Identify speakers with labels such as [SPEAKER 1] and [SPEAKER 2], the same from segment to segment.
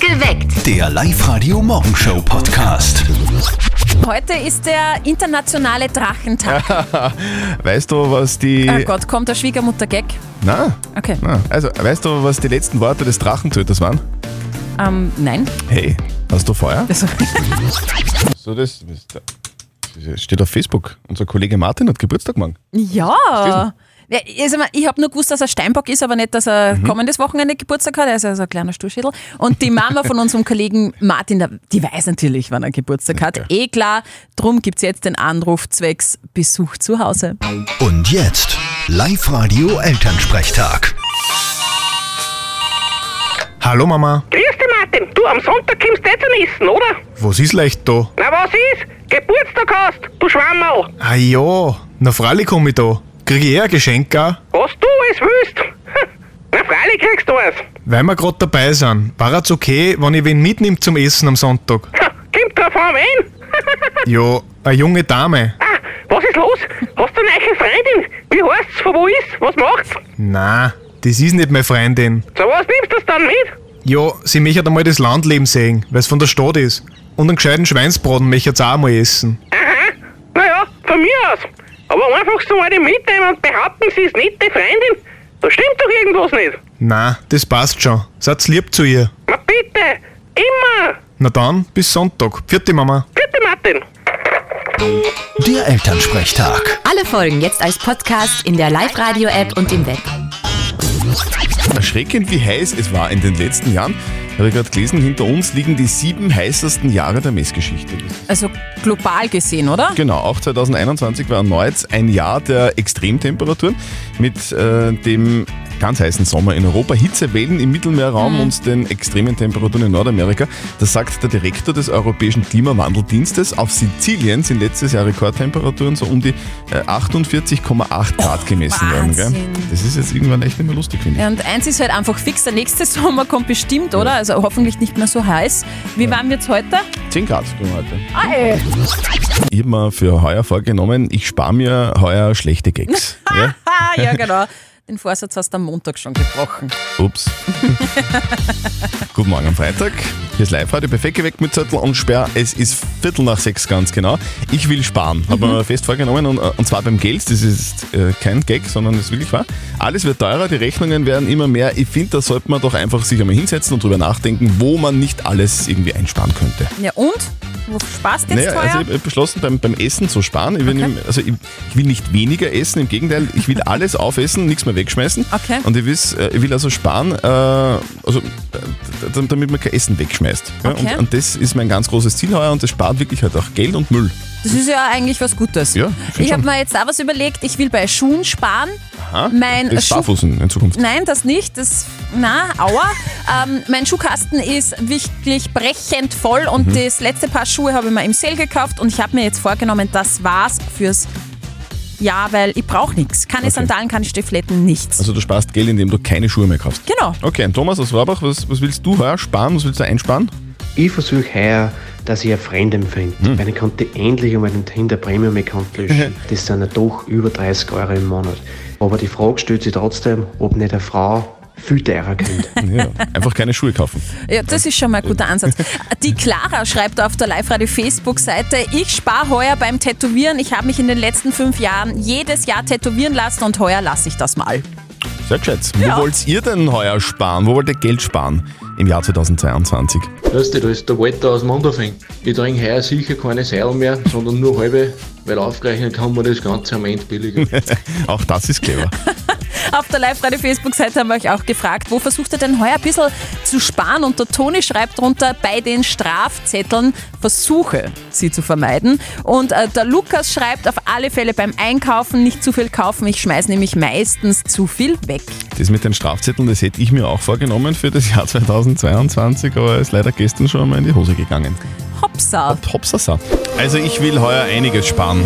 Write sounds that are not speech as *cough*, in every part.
[SPEAKER 1] Geweckt.
[SPEAKER 2] Der Live-Radio-Morgenshow-Podcast.
[SPEAKER 3] Heute ist der internationale Drachentag.
[SPEAKER 4] Weißt du, was die.
[SPEAKER 3] Oh Gott, kommt der Schwiegermutter-Gag?
[SPEAKER 4] Na?
[SPEAKER 3] Okay.
[SPEAKER 4] Na, also, weißt du, was die letzten Worte des Drachentöters waren?
[SPEAKER 3] Ähm, nein.
[SPEAKER 4] Hey, hast du Feuer?
[SPEAKER 3] Also,
[SPEAKER 4] So, das, das steht auf Facebook. Unser Kollege Martin hat Geburtstag morgen.
[SPEAKER 3] *laughs* ja. ja also, ich habe nur gewusst, dass er Steinbock ist, aber nicht, dass er kommendes Wochenende Geburtstag hat. Er ist ja so ein kleiner Stuhlschädel. Und die Mama von unserem Kollegen Martin, der- die weiß natürlich, wann er Geburtstag hat. Eh klar. Drum gibt es jetzt den Anruf zwecks Besuch zu Hause.
[SPEAKER 2] Und jetzt Live-Radio Elternsprechtag.
[SPEAKER 4] Hallo Mama,
[SPEAKER 5] Grüß dich, Martin. Du, am Sonntag kommst du nicht zum Essen, oder?
[SPEAKER 4] was ist leicht da?
[SPEAKER 5] Na, was ist? Geburtstag hast, du Schwammerl.
[SPEAKER 4] Ah ja, na freilich komm ich da. Krieg ich eher ein Geschenk auch,
[SPEAKER 5] Was du alles willst. Na, freilich kriegst du es.
[SPEAKER 4] weil wir gerade dabei sind. War jetzt okay, wenn ich wen mitnimmt zum Essen am Sonntag?
[SPEAKER 5] Kommt drauf an, wen?
[SPEAKER 4] Ja, eine junge Dame.
[SPEAKER 5] ah, was ist los? Hast du eine neue Freundin? Wie heißt's, von wo ist? Was macht's?
[SPEAKER 4] Na, das ist nicht meine Freundin.
[SPEAKER 5] So was nimmst du es dann mit?
[SPEAKER 4] Ja, sie möchte einmal das Landleben sehen, weil es von der Stadt ist. Und einen gescheiten Schweinsbraten möchte sie auch mal essen.
[SPEAKER 5] Naja, von mir aus. Aber einfach so eine mitnehmen und behaupten, sie ist nicht die Freundin. Da stimmt doch irgendwas nicht.
[SPEAKER 4] Na, das passt schon. Seid lieb zu ihr.
[SPEAKER 5] Na bitte, immer.
[SPEAKER 4] Na dann, bis Sonntag. Vierte Mama.
[SPEAKER 5] Bitte, Martin.
[SPEAKER 2] Der Elternsprechtag.
[SPEAKER 6] Alle Folgen jetzt als Podcast in der Live-Radio-App und im Web.
[SPEAKER 4] Erschreckend, wie heiß es war in den letzten Jahren. Habe ich gerade gelesen, hinter uns liegen die sieben heißesten Jahre der Messgeschichte.
[SPEAKER 3] Also global gesehen, oder?
[SPEAKER 4] Genau, auch 2021 war erneut ein Jahr der Extremtemperaturen mit äh, dem ganz heißen Sommer in Europa, Hitzewellen im
[SPEAKER 3] Mhm.
[SPEAKER 4] Mittelmeerraum und den extremen Temperaturen in Nordamerika. Das sagt der Direktor des Europäischen Klimawandeldienstes. Auf Sizilien sind letztes Jahr Rekordtemperaturen so um die äh, 48,8 Grad gemessen worden. Gell?
[SPEAKER 3] Oh, Wahnsinn.
[SPEAKER 4] Das ist jetzt irgendwann echt nicht mehr lustig, finde ich.
[SPEAKER 3] Ja, Und eins ist halt einfach fix, der nächste *laughs* Sommer kommt bestimmt, oder? Also hoffentlich nicht mehr so heiß. Wie waren wir jetzt heute?
[SPEAKER 4] 10 Grad kriegen wir heute. Ich habe mir für heuer vorgenommen, ich spare mir heuer schlechte
[SPEAKER 3] *laughs*
[SPEAKER 4] Gags. ja?
[SPEAKER 3] Ah, ja, genau. Den Vorsatz hast du am Montag schon gebrochen.
[SPEAKER 4] Ups. Guten Morgen am Freitag. Hier ist live heute perfekt geweckt mit Zettel und Sperr. Es ist Viertel nach sechs ganz genau. Ich will sparen. Habe mir fest vorgenommen und, äh, und zwar beim Geld. Das ist äh, kein Gag, sondern das ist wirklich wahr. Alles wird teurer, die Rechnungen werden immer mehr. Ich finde, da sollte man doch einfach sich einmal hinsetzen und drüber nachdenken, wo man nicht alles irgendwie einsparen könnte.
[SPEAKER 3] Ja, und? Wo sparst du jetzt
[SPEAKER 4] Naja,
[SPEAKER 3] teuer?
[SPEAKER 4] also ich habe beschlossen, beim, beim Essen zu sparen. Ich will,
[SPEAKER 3] Okay.
[SPEAKER 4] nicht, also ich, ich will nicht weniger essen, im Gegenteil, ich will alles *laughs* aufessen, nichts mehr wegschmeißen.
[SPEAKER 3] Okay.
[SPEAKER 4] Und ich, will's, äh, ich will also sparen, äh, also, äh, d- damit man kein Essen wegschmeißt. Ja,
[SPEAKER 3] Okay.
[SPEAKER 4] und, und das ist mein ganz großes Ziel heuer und das spart wirklich halt auch Geld und Müll.
[SPEAKER 3] das ist ja eigentlich was Gutes.
[SPEAKER 4] Ja, ich find
[SPEAKER 3] ich habe
[SPEAKER 4] schon.
[SPEAKER 3] mir jetzt auch was überlegt. Ich will bei Schuhen sparen.
[SPEAKER 4] Ha?
[SPEAKER 3] Mein
[SPEAKER 4] das ist
[SPEAKER 3] Schuh-
[SPEAKER 4] barfuß in, in Zukunft.
[SPEAKER 3] Nein, das nicht. Das, na, aua. Ähm, mein Schuhkasten ist wirklich brechend voll und das letzte Paar Schuhe habe ich mir im Sale gekauft und ich habe mir jetzt vorgenommen, das war's fürs Jahr, weil ich brauche nichts. Keine Sandalen, keine Stiefletten, nichts.
[SPEAKER 4] Also du sparst Geld, indem du keine Schuhe mehr kaufst.
[SPEAKER 3] genau.
[SPEAKER 4] Okay, und Thomas aus Rohrbach, was, was willst du heuer sparen? Was willst du
[SPEAKER 3] *laughs*
[SPEAKER 4] einsparen?
[SPEAKER 7] Ich versuche heuer, dass ich eine Freundin finde, weil ich konnte endlich um einen Tinder Premium Account löschen. das sind ja doch über 30 Euro im Monat. Aber die Frage stellt sich trotzdem, ob nicht eine Frau viel teurer könnte.
[SPEAKER 4] Ja, einfach keine Schuhe kaufen.
[SPEAKER 3] Ja, das ist schon mal ein guter Ansatz. Die Clara schreibt auf der Live-Radio-Facebook-Seite, ich spare heuer beim Tätowieren. Ich habe mich in den letzten fünf Jahren jedes Jahr tätowieren lassen und heuer lasse ich das mal.
[SPEAKER 4] Sehr gescheit. Wo wollt ihr denn heuer sparen? Wo wollt ihr Geld sparen im Jahr 2022?
[SPEAKER 8] Grüß dich, da ist der Walter aus Mandelfing. Ich trinke heuer sicher keine Seil mehr, sondern nur halbe, weil aufgerechnet kann man das Ganze am Ende billiger.
[SPEAKER 9] *laughs*
[SPEAKER 4] Auch das ist clever.
[SPEAKER 3] Auf der Live-Radio-Facebook-Seite haben wir euch auch gefragt, wo versucht ihr denn heuer ein bisschen zu sparen? Und der Toni schreibt drunter, bei den Strafzetteln versuche, sie zu vermeiden. Und äh, der Lukas schreibt, auf alle Fälle beim Einkaufen nicht zu viel kaufen. Ich schmeiße nämlich meistens zu viel weg.
[SPEAKER 4] Das mit den Strafzetteln, das hätte ich mir auch vorgenommen für das Jahr 2022, aber ist leider gestern schon einmal in die Hose gegangen.
[SPEAKER 3] Hopsa,
[SPEAKER 4] Hopsasa. Also ich will heuer einiges sparen.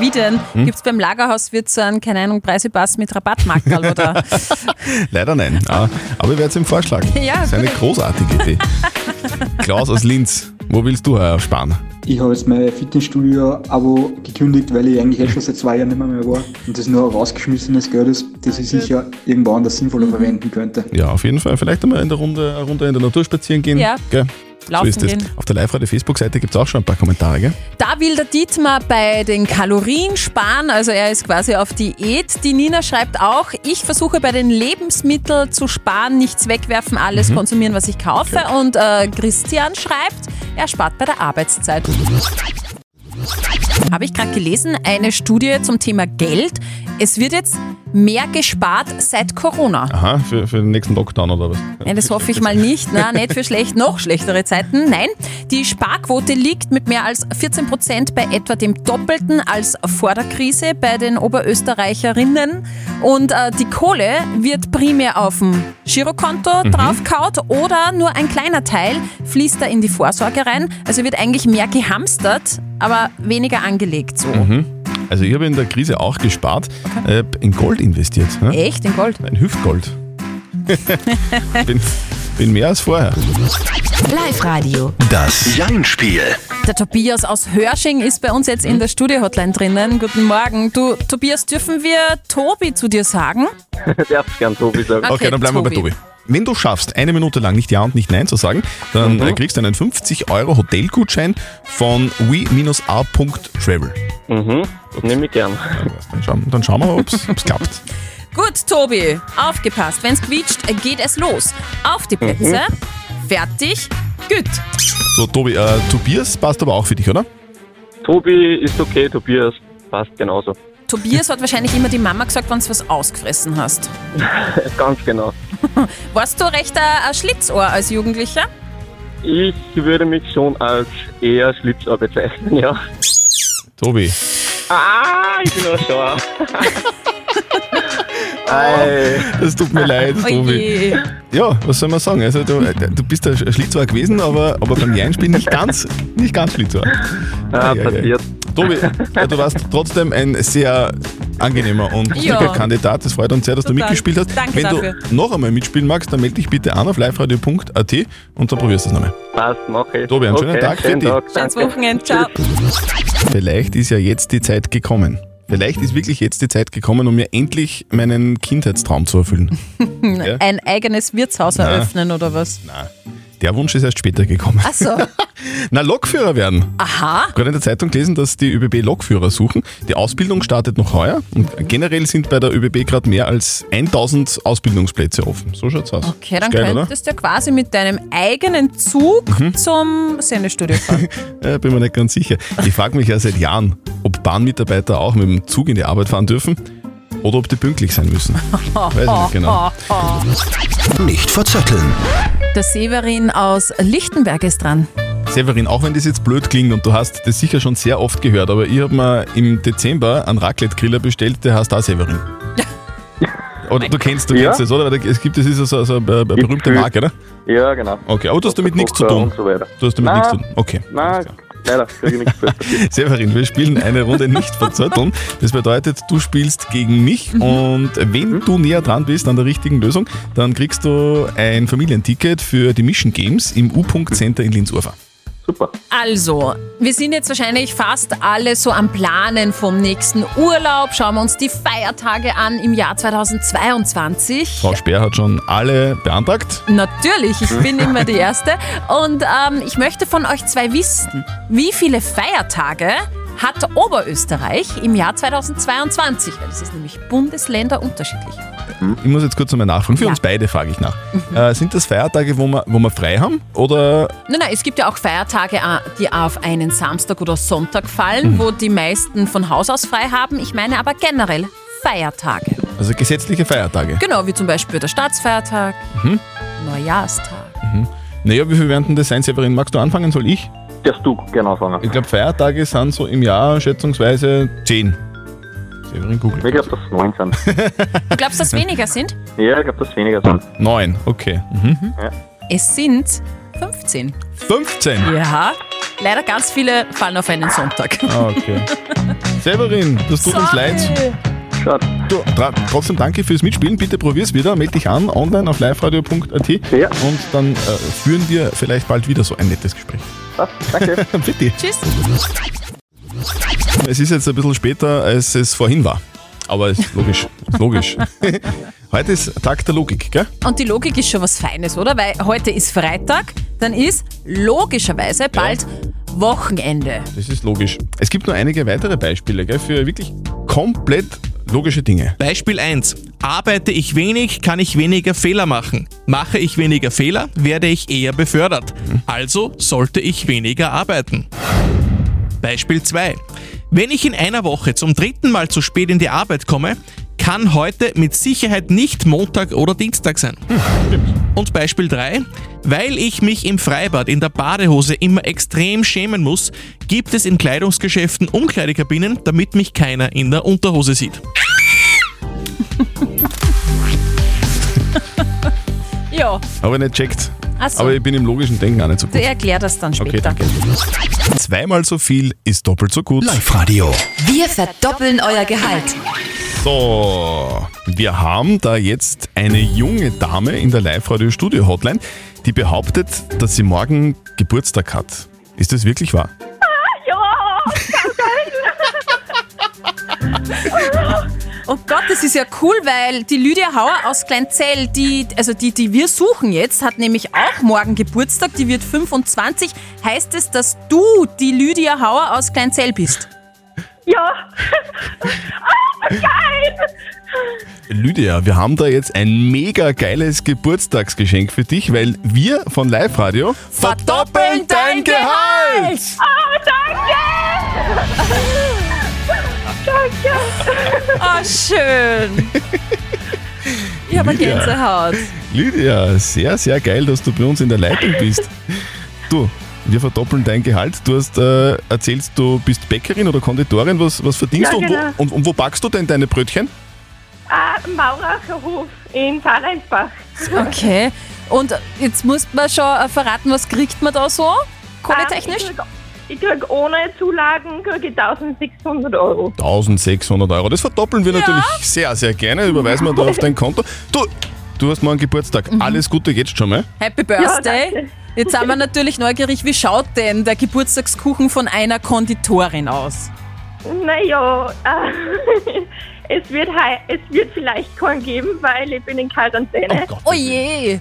[SPEAKER 3] wie denn?
[SPEAKER 4] Hm?
[SPEAKER 3] Gibt's beim Lagerhaus wird so einen, keine Ahnung, Preisepass mit Rabattmarkerl
[SPEAKER 4] *laughs*
[SPEAKER 3] oder?
[SPEAKER 4] Leider nein. Ah, Aber ich werde es ihm vorschlagen.
[SPEAKER 3] *laughs* Ja,
[SPEAKER 4] das ist eine
[SPEAKER 3] *laughs* bitte.
[SPEAKER 4] großartige Idee. Klaus aus Linz. Wo willst du heuer sparen?
[SPEAKER 1] Ich habe jetzt mein Fitnessstudio-Abo gekündigt, weil ich eigentlich eh schon seit zwei Jahren nicht mehr, mehr war. Und das nur ein rausgeschmissenes Geld ist, das ich sicher irgendwo anders sinnvoller verwenden könnte.
[SPEAKER 4] Ja, auf jeden Fall. Vielleicht einmal in der Runde, eine Runde in der Natur spazieren gehen.
[SPEAKER 3] Ja.
[SPEAKER 4] Gell? So
[SPEAKER 3] Laufen
[SPEAKER 4] ist es.
[SPEAKER 3] gehen.
[SPEAKER 4] Auf der Live-Radio-Facebook-Seite gibt es auch schon ein paar Kommentare, gell?
[SPEAKER 3] Da will der Dietmar bei den Kalorien sparen, also er ist quasi auf Diät. Die Nina schreibt auch, ich versuche bei den Lebensmitteln zu sparen, nichts wegwerfen, alles konsumieren, was ich kaufe. Und äh, Christian schreibt, er spart bei der Arbeitszeit. Habe ich gerade gelesen, eine Studie zum Thema Geld. Es wird jetzt mehr gespart seit Corona.
[SPEAKER 4] Aha, für, für den nächsten Lockdown oder was?
[SPEAKER 3] Ja, das hoffe ich mal nicht. Na, nicht für schlecht, noch schlechtere Zeiten. Nein, die Sparquote liegt mit mehr als 14 Prozent bei etwa dem Doppelten als vor der Krise bei den Oberösterreicherinnen. Und äh, die Kohle wird primär auf dem Girokonto draufkaut oder nur ein kleiner Teil fließt da in die Vorsorge rein. Also wird eigentlich mehr gehamstert, aber weniger angelegt so.
[SPEAKER 4] Also ich habe in der Krise auch gespart, äh, in Gold investiert. Ne?
[SPEAKER 3] Echt, in Gold.
[SPEAKER 4] Ein *laughs* Hüftgold. bin, bin mehr als vorher.
[SPEAKER 6] Live-Radio.
[SPEAKER 2] Das Jein-Spiel.
[SPEAKER 3] Der Tobias aus Hörsching ist bei uns jetzt in der Studio-Hotline drinnen. Guten Morgen. Du, Tobias, dürfen wir Tobi zu dir sagen?
[SPEAKER 10] *laughs* darfst gern Tobi sagen.
[SPEAKER 4] Okay, dann bleiben wir bei Tobi. Wenn du schaffst, eine Minute lang nicht Ja und nicht Nein zu sagen, dann äh, kriegst du einen 50-Euro-Hotelgutschein von we-a.travel.
[SPEAKER 10] Mhm, das nehme ich gern.
[SPEAKER 4] Dann schauen, dann schauen wir, ob es klappt.
[SPEAKER 3] Gut, Tobi, aufgepasst. Wenn's quietscht, geht es los. Auf die
[SPEAKER 10] Mhm.
[SPEAKER 3] Plätze. Fertig. Gut.
[SPEAKER 4] So, Tobi, äh, Tobias passt aber auch für dich, oder?
[SPEAKER 10] Tobi ist okay, Tobias passt genauso.
[SPEAKER 3] Tobias hat wahrscheinlich immer die Mama gesagt, wenn du was ausgefressen hast.
[SPEAKER 10] Ganz genau.
[SPEAKER 3] Warst du recht ein ein Schlitzohr als Jugendlicher?
[SPEAKER 10] Ich würde mich schon als eher Schlitzohr bezeichnen, ja.
[SPEAKER 4] Tobi,
[SPEAKER 10] Ah, ich bin auch Schauer. *laughs* Ei,
[SPEAKER 4] es tut mir *laughs* leid, Tobi.
[SPEAKER 3] Oje.
[SPEAKER 4] Ja, was soll man sagen? Also, du, äh, du bist ein Sch- Schlitzohr gewesen, aber, aber beim Jeinspiel nicht ganz, nicht ganz Schlitzohr.
[SPEAKER 10] ah,
[SPEAKER 4] Ei, ei, ei.
[SPEAKER 10] passiert.
[SPEAKER 4] Tobi, äh, du warst trotzdem ein sehr angenehmer und
[SPEAKER 3] Ja.
[SPEAKER 4] guter Kandidat. Es freut uns sehr, dass du
[SPEAKER 3] Total.
[SPEAKER 4] mitgespielt hast.
[SPEAKER 3] Danke
[SPEAKER 4] Wenn
[SPEAKER 3] dafür.
[SPEAKER 4] du noch einmal mitspielen magst, dann melde dich bitte an auf liveradio.at und dann probierst du es nochmal.
[SPEAKER 10] Passt, mach ich.
[SPEAKER 4] Tobi, einen schönen
[SPEAKER 10] okay,
[SPEAKER 4] Tag für
[SPEAKER 10] schönen
[SPEAKER 4] dich.
[SPEAKER 10] Tag,
[SPEAKER 3] Schönes
[SPEAKER 10] danke.
[SPEAKER 3] Wochenende. Ciao.
[SPEAKER 4] Vielleicht ist ja jetzt die Zeit gekommen. Vielleicht ist wirklich jetzt die Zeit gekommen, um mir endlich meinen Kindheitstraum zu erfüllen.
[SPEAKER 3] Ein eigenes Wirtshaus eröffnen oder was?
[SPEAKER 4] Der Wunsch ist erst später gekommen.
[SPEAKER 3] Achso.
[SPEAKER 4] Na, Lokführer werden.
[SPEAKER 3] Aha.
[SPEAKER 4] Gerade in der Zeitung gelesen, dass die ÖBB Lokführer suchen. Die Ausbildung startet noch heuer und generell sind bei der ÖBB gerade mehr als 1000 Ausbildungsplätze offen. So schaut's aus.
[SPEAKER 3] Okay, dann
[SPEAKER 4] Ist geil, Mhm.
[SPEAKER 3] könntest du ja quasi mit deinem eigenen Zug zum Sendestudio
[SPEAKER 4] *laughs*
[SPEAKER 3] fahren.
[SPEAKER 4] oder? Äh, bin mir nicht ganz sicher. Ich frage mich ja seit Jahren, ob Bahnmitarbeiter auch mit dem Zug in die Arbeit fahren dürfen oder ob die pünktlich sein
[SPEAKER 3] *laughs*
[SPEAKER 4] müssen. Weiß ich nicht genau.
[SPEAKER 2] Nicht verzetteln.
[SPEAKER 3] Der Severin aus Lichtenberg ist dran.
[SPEAKER 4] Severin, auch wenn das jetzt blöd klingt und du hast das sicher schon sehr oft gehört, aber ich habe mir im Dezember einen Raclette-Griller bestellt, der heißt
[SPEAKER 10] *laughs*
[SPEAKER 4] da Severin. Oder du kennst, du
[SPEAKER 10] Ja.
[SPEAKER 4] kennst es, oder? Weil Es gibt, das ist so, so, so eine eine berühmte
[SPEAKER 10] fühl-
[SPEAKER 4] Marke, ne?
[SPEAKER 10] Ja, genau.
[SPEAKER 4] Okay, aber du hast damit nichts zu
[SPEAKER 10] Drucker
[SPEAKER 4] tun.
[SPEAKER 10] Und so weiter.
[SPEAKER 4] Du hast damit
[SPEAKER 10] Nein.
[SPEAKER 4] nichts zu tun. Okay.
[SPEAKER 10] Nein, leider, kriege ich nichts gehört.
[SPEAKER 4] *laughs* Severin, wir spielen eine Runde nicht verzötteln. Das bedeutet, du spielst gegen mich
[SPEAKER 10] Mhm.
[SPEAKER 4] und wenn du näher dran bist an der richtigen Lösung, dann kriegst du ein Familienticket für die Mission Games im U-Punkt Center in Linz-Urfa.
[SPEAKER 10] Super.
[SPEAKER 3] Also, wir sind jetzt wahrscheinlich fast alle so am Planen vom nächsten Urlaub. Schauen wir uns die Feiertage an im Jahr 2022.
[SPEAKER 4] Frau Speer hat schon alle beantragt.
[SPEAKER 3] Natürlich, ich bin immer die Erste. Und ähm, ich möchte von euch zwei wissen, wie viele Feiertage hat Oberösterreich im Jahr 2022? Weil das ist nämlich Bundesländer unterschiedlich.
[SPEAKER 4] Ich muss jetzt kurz nochmal nachfragen. Für
[SPEAKER 3] Ja.
[SPEAKER 4] uns beide frage ich nach. Äh, sind das Feiertage, wo wir, wo wir frei haben? Oder
[SPEAKER 3] Nein, nein, es gibt ja auch Feiertage, äh, die auf einen Samstag oder Sonntag fallen,
[SPEAKER 4] Mhm.
[SPEAKER 3] wo die meisten von Haus aus frei haben. Ich meine aber generell Feiertage.
[SPEAKER 4] also gesetzliche Feiertage?
[SPEAKER 3] Genau, wie zum Beispiel der Staatsfeiertag,
[SPEAKER 4] Mhm.
[SPEAKER 3] Neujahrstag.
[SPEAKER 4] Naja, wie viel werden denn das sein, Severin? Magst du anfangen? Soll ich?
[SPEAKER 10] Darfst du genau fangen?
[SPEAKER 4] Ich glaube, Feiertage sind so im Jahr schätzungsweise 10. Severin
[SPEAKER 10] Ich
[SPEAKER 4] googelt.
[SPEAKER 10] glaube, das ist 19.
[SPEAKER 3] Du glaubst, dass weniger sind?
[SPEAKER 10] ja, ich glaube, das ist weniger sind.
[SPEAKER 4] 9, okay. Mhm.
[SPEAKER 3] Es sind 15.
[SPEAKER 4] 15.
[SPEAKER 3] Ja. Leider ganz viele fallen auf einen Sonntag.
[SPEAKER 4] Ah, Okay. Severin, das tut uns leid.
[SPEAKER 10] Schade.
[SPEAKER 4] Du, tra- trotzdem danke fürs Mitspielen. Bitte probier's wieder. Meld dich an online auf liveradio.at
[SPEAKER 10] Ja.
[SPEAKER 4] und dann äh, führen wir vielleicht bald wieder so ein nettes Gespräch.
[SPEAKER 10] passt. Danke.
[SPEAKER 4] *laughs* Bitte.
[SPEAKER 3] Tschüss.
[SPEAKER 4] Es ist jetzt ein bisschen später, als es vorhin war. Aber ist logisch. ist logisch.
[SPEAKER 10] *laughs*
[SPEAKER 4] Heute ist Tag der Logik, gell?
[SPEAKER 3] Und die Logik ist schon was Feines, oder? Weil heute ist Freitag, dann ist logischerweise bald Wochenende.
[SPEAKER 4] Das ist logisch. Es gibt noch einige weitere Beispiele, gell? Für wirklich komplett logische Dinge.
[SPEAKER 9] Beispiel 1. Arbeite ich wenig, kann ich weniger Fehler machen. Mache ich weniger Fehler, werde ich eher befördert. Also sollte ich weniger arbeiten. Beispiel 2. Wenn ich in einer Woche zum dritten Mal zu spät in die Arbeit komme, kann heute mit Sicherheit nicht Montag oder Dienstag sein. Und Beispiel 3. Weil ich mich im Freibad in der Badehose immer extrem schämen muss, gibt es in Kleidungsgeschäften Umkleidekabinen, damit mich keiner in der Unterhose sieht.
[SPEAKER 3] Ja,
[SPEAKER 4] Habe ich nicht checkt.
[SPEAKER 3] Ach so.
[SPEAKER 4] Aber ich bin im logischen Denken auch nicht so gut.
[SPEAKER 3] du erklär das dann später.
[SPEAKER 4] Okay, danke. Zweimal so viel ist doppelt so gut.
[SPEAKER 2] Live-Radio.
[SPEAKER 6] Wir verdoppeln euer Gehalt.
[SPEAKER 4] So, wir haben da jetzt eine junge Dame in der Live-Radio-Studio-Hotline, die behauptet, dass sie morgen Geburtstag hat. Ist das wirklich wahr?
[SPEAKER 3] Oh Gott, das ist ja cool, weil die Lydia Hauer aus Kleinzell, die, also die, die wir suchen jetzt, hat nämlich auch morgen Geburtstag, die wird 25. Heißt es, dass du die Lydia Hauer aus Kleinzell bist?
[SPEAKER 5] Ja,
[SPEAKER 4] Lydia, wir haben da jetzt ein mega geiles Geburtstagsgeschenk für dich, weil wir von Live Radio
[SPEAKER 3] Verdoppeln dein Gehalt! Oh, schön. Ich habe
[SPEAKER 4] Lydia.
[SPEAKER 3] Gänsehaut.
[SPEAKER 4] Lydia, sehr, sehr geil, dass du bei uns in der Leitung bist. Du, wir verdoppeln dein Gehalt. Du hast äh, erzählst, du bist Bäckerin oder Konditorin. Was, was verdienst
[SPEAKER 5] Ja,
[SPEAKER 4] du?
[SPEAKER 5] genau.
[SPEAKER 4] Und, wo, und, und wo backst du denn deine Brötchen?
[SPEAKER 5] ah, Mauracherhof in Thalheimsbach.
[SPEAKER 3] Okay. Und jetzt muss man schon äh, verraten, was kriegt man da so? Kohletechnisch?
[SPEAKER 5] Ähm, Ich krieg, ich krieg ohne Zulagen krieg ich 1600 Euro.
[SPEAKER 4] 1600 Euro. Das verdoppeln wir natürlich sehr, sehr gerne. Überweisen wir da auf dein Konto. Du, du hast morgen Geburtstag.
[SPEAKER 3] Mhm.
[SPEAKER 4] Alles Gute jetzt schon ne? mal.
[SPEAKER 3] Happy Birthday.
[SPEAKER 5] danke.
[SPEAKER 3] Jetzt sind wir natürlich neugierig, wie schaut denn der Geburtstagskuchen von einer Konditorin aus?
[SPEAKER 5] Naja, äh, *laughs* es, wird hei- es wird vielleicht keinen geben, weil ich bin in Quarantäne.
[SPEAKER 4] Gott.
[SPEAKER 3] Oh je.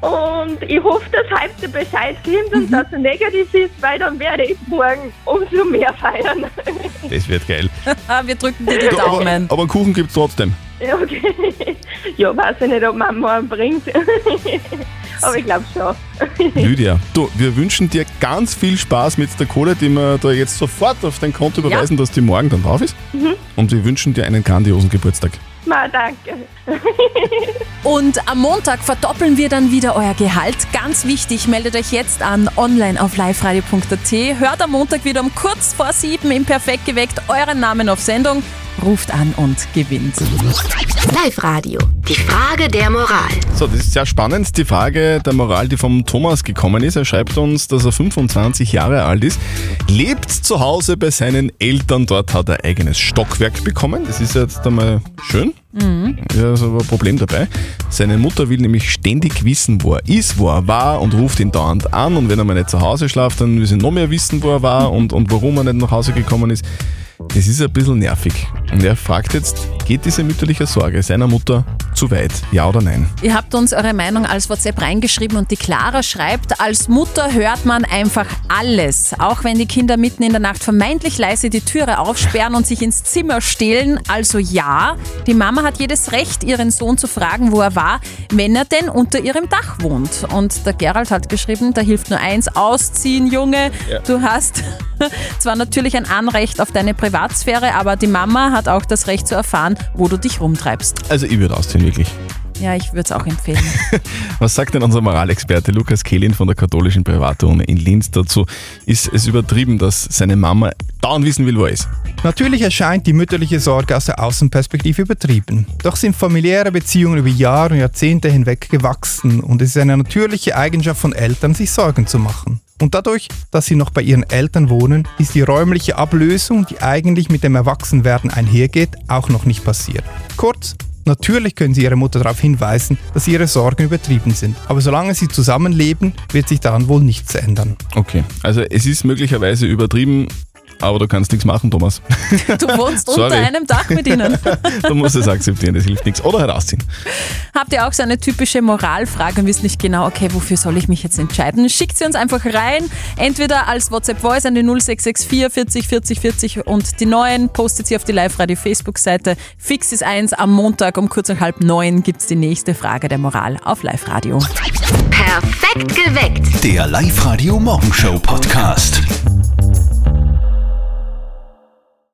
[SPEAKER 5] Und ich hoffe, dass heute der Bescheid kommt und dass er negativ ist, weil dann werde ich morgen umso mehr feiern. *laughs*
[SPEAKER 4] Das wird geil.
[SPEAKER 3] Ah, wir drücken dir die
[SPEAKER 4] Du, aber,
[SPEAKER 3] Daumen.
[SPEAKER 4] aber einen Kuchen gibt es trotzdem.
[SPEAKER 5] Ja, okay. Ja, weiß ich nicht, ob man morgen bringt. *laughs* Aber ich glaube schon.
[SPEAKER 4] Lydia, du, wir wünschen dir ganz viel Spaß mit der Kohle, die wir da jetzt sofort auf dein Konto überweisen, dass die morgen dann drauf ist.
[SPEAKER 3] Mhm.
[SPEAKER 4] Und wir wünschen dir einen grandiosen Geburtstag.
[SPEAKER 5] Ma, danke.
[SPEAKER 3] Und am Montag verdoppeln wir dann wieder euer Gehalt. Ganz wichtig, meldet euch jetzt an online auf liveradio.at. Hört am Montag wieder um kurz vor sieben im Perfekt geweckt euren Namen auf Sendung. Ruft an und gewinnt.
[SPEAKER 6] Live-Radio. Die Frage der Moral.
[SPEAKER 4] So, das ist sehr spannend. Die Frage der Moral, die vom Thomas gekommen ist. Er schreibt uns, dass er 25 Jahre alt ist, lebt zu Hause bei seinen Eltern. Dort hat er eigenes Stockwerk bekommen. Das ist jetzt einmal schön. Ja, ist aber ein Problem dabei. Seine Mutter will nämlich ständig wissen, wo er ist, wo er war und ruft ihn dauernd an. Und wenn er mal nicht zu Hause schlaft, dann will sie noch mehr wissen, wo er war und, und warum er nicht nach Hause gekommen ist. Das ist ein bisschen nervig. Und er fragt jetzt, geht diese mütterliche Sorge seiner Mutter zu weit? Ja oder nein?
[SPEAKER 3] Ihr habt uns eure Meinung als WhatsApp reingeschrieben und die Clara schreibt, als Mutter hört man einfach alles. Auch wenn die Kinder mitten in der Nacht vermeintlich leise die Türe aufsperren und sich ins Zimmer stehlen. Also ja, die Mama hat jedes Recht, ihren Sohn zu fragen, wo er war, wenn er denn unter ihrem Dach wohnt. Und der Gerald hat geschrieben, da hilft nur eins, ausziehen, Junge. Du hast *laughs* zwar natürlich ein Anrecht auf deine Privatsphäre, aber die Mama hat auch das Recht zu erfahren, wo du dich rumtreibst.
[SPEAKER 4] Also ich würde ausziehen, wirklich.
[SPEAKER 3] Ja, ich würde es auch empfehlen.
[SPEAKER 4] Was sagt denn unser Moralexperte Lukas Kehlin von der katholischen Privatuni in Linz dazu? Ist es übertrieben, dass seine Mama dauernd wissen will, wo er ist?
[SPEAKER 9] Natürlich erscheint die mütterliche Sorge aus der Außenperspektive übertrieben. Doch sind familiäre Beziehungen über Jahre und Jahrzehnte hinweg gewachsen und es ist eine natürliche Eigenschaft von Eltern, sich Sorgen zu machen. Und dadurch, dass sie noch bei ihren Eltern wohnen, ist die räumliche Ablösung, die eigentlich mit dem Erwachsenwerden einhergeht, auch noch nicht passiert. Kurz,
[SPEAKER 1] Natürlich können Sie Ihre Mutter darauf hinweisen, dass Ihre Sorgen übertrieben sind. Aber solange Sie zusammenleben, wird sich daran wohl nichts ändern.
[SPEAKER 4] Okay, also es ist möglicherweise übertrieben, aber du kannst nichts machen, Thomas. *laughs*
[SPEAKER 3] Du wohnst
[SPEAKER 4] Sorry.
[SPEAKER 3] unter einem Dach mit ihnen.
[SPEAKER 4] du musst es akzeptieren, das hilft nichts. Oder halt herausziehen.
[SPEAKER 3] Habt ihr auch so eine typische Moralfrage und wisst nicht genau, okay, wofür soll ich mich jetzt entscheiden? Schickt sie uns einfach rein, entweder als WhatsApp-Voice an die 0664 40 40 40 und die neuen, postet sie auf die Live-Radio-Facebook-Seite. Fix ist eins, am Montag um kurz nach halb neun gibt's die nächste Frage der Moral auf Live-Radio.
[SPEAKER 6] Perfekt geweckt.
[SPEAKER 9] Der Live-Radio Morgenshow Podcast.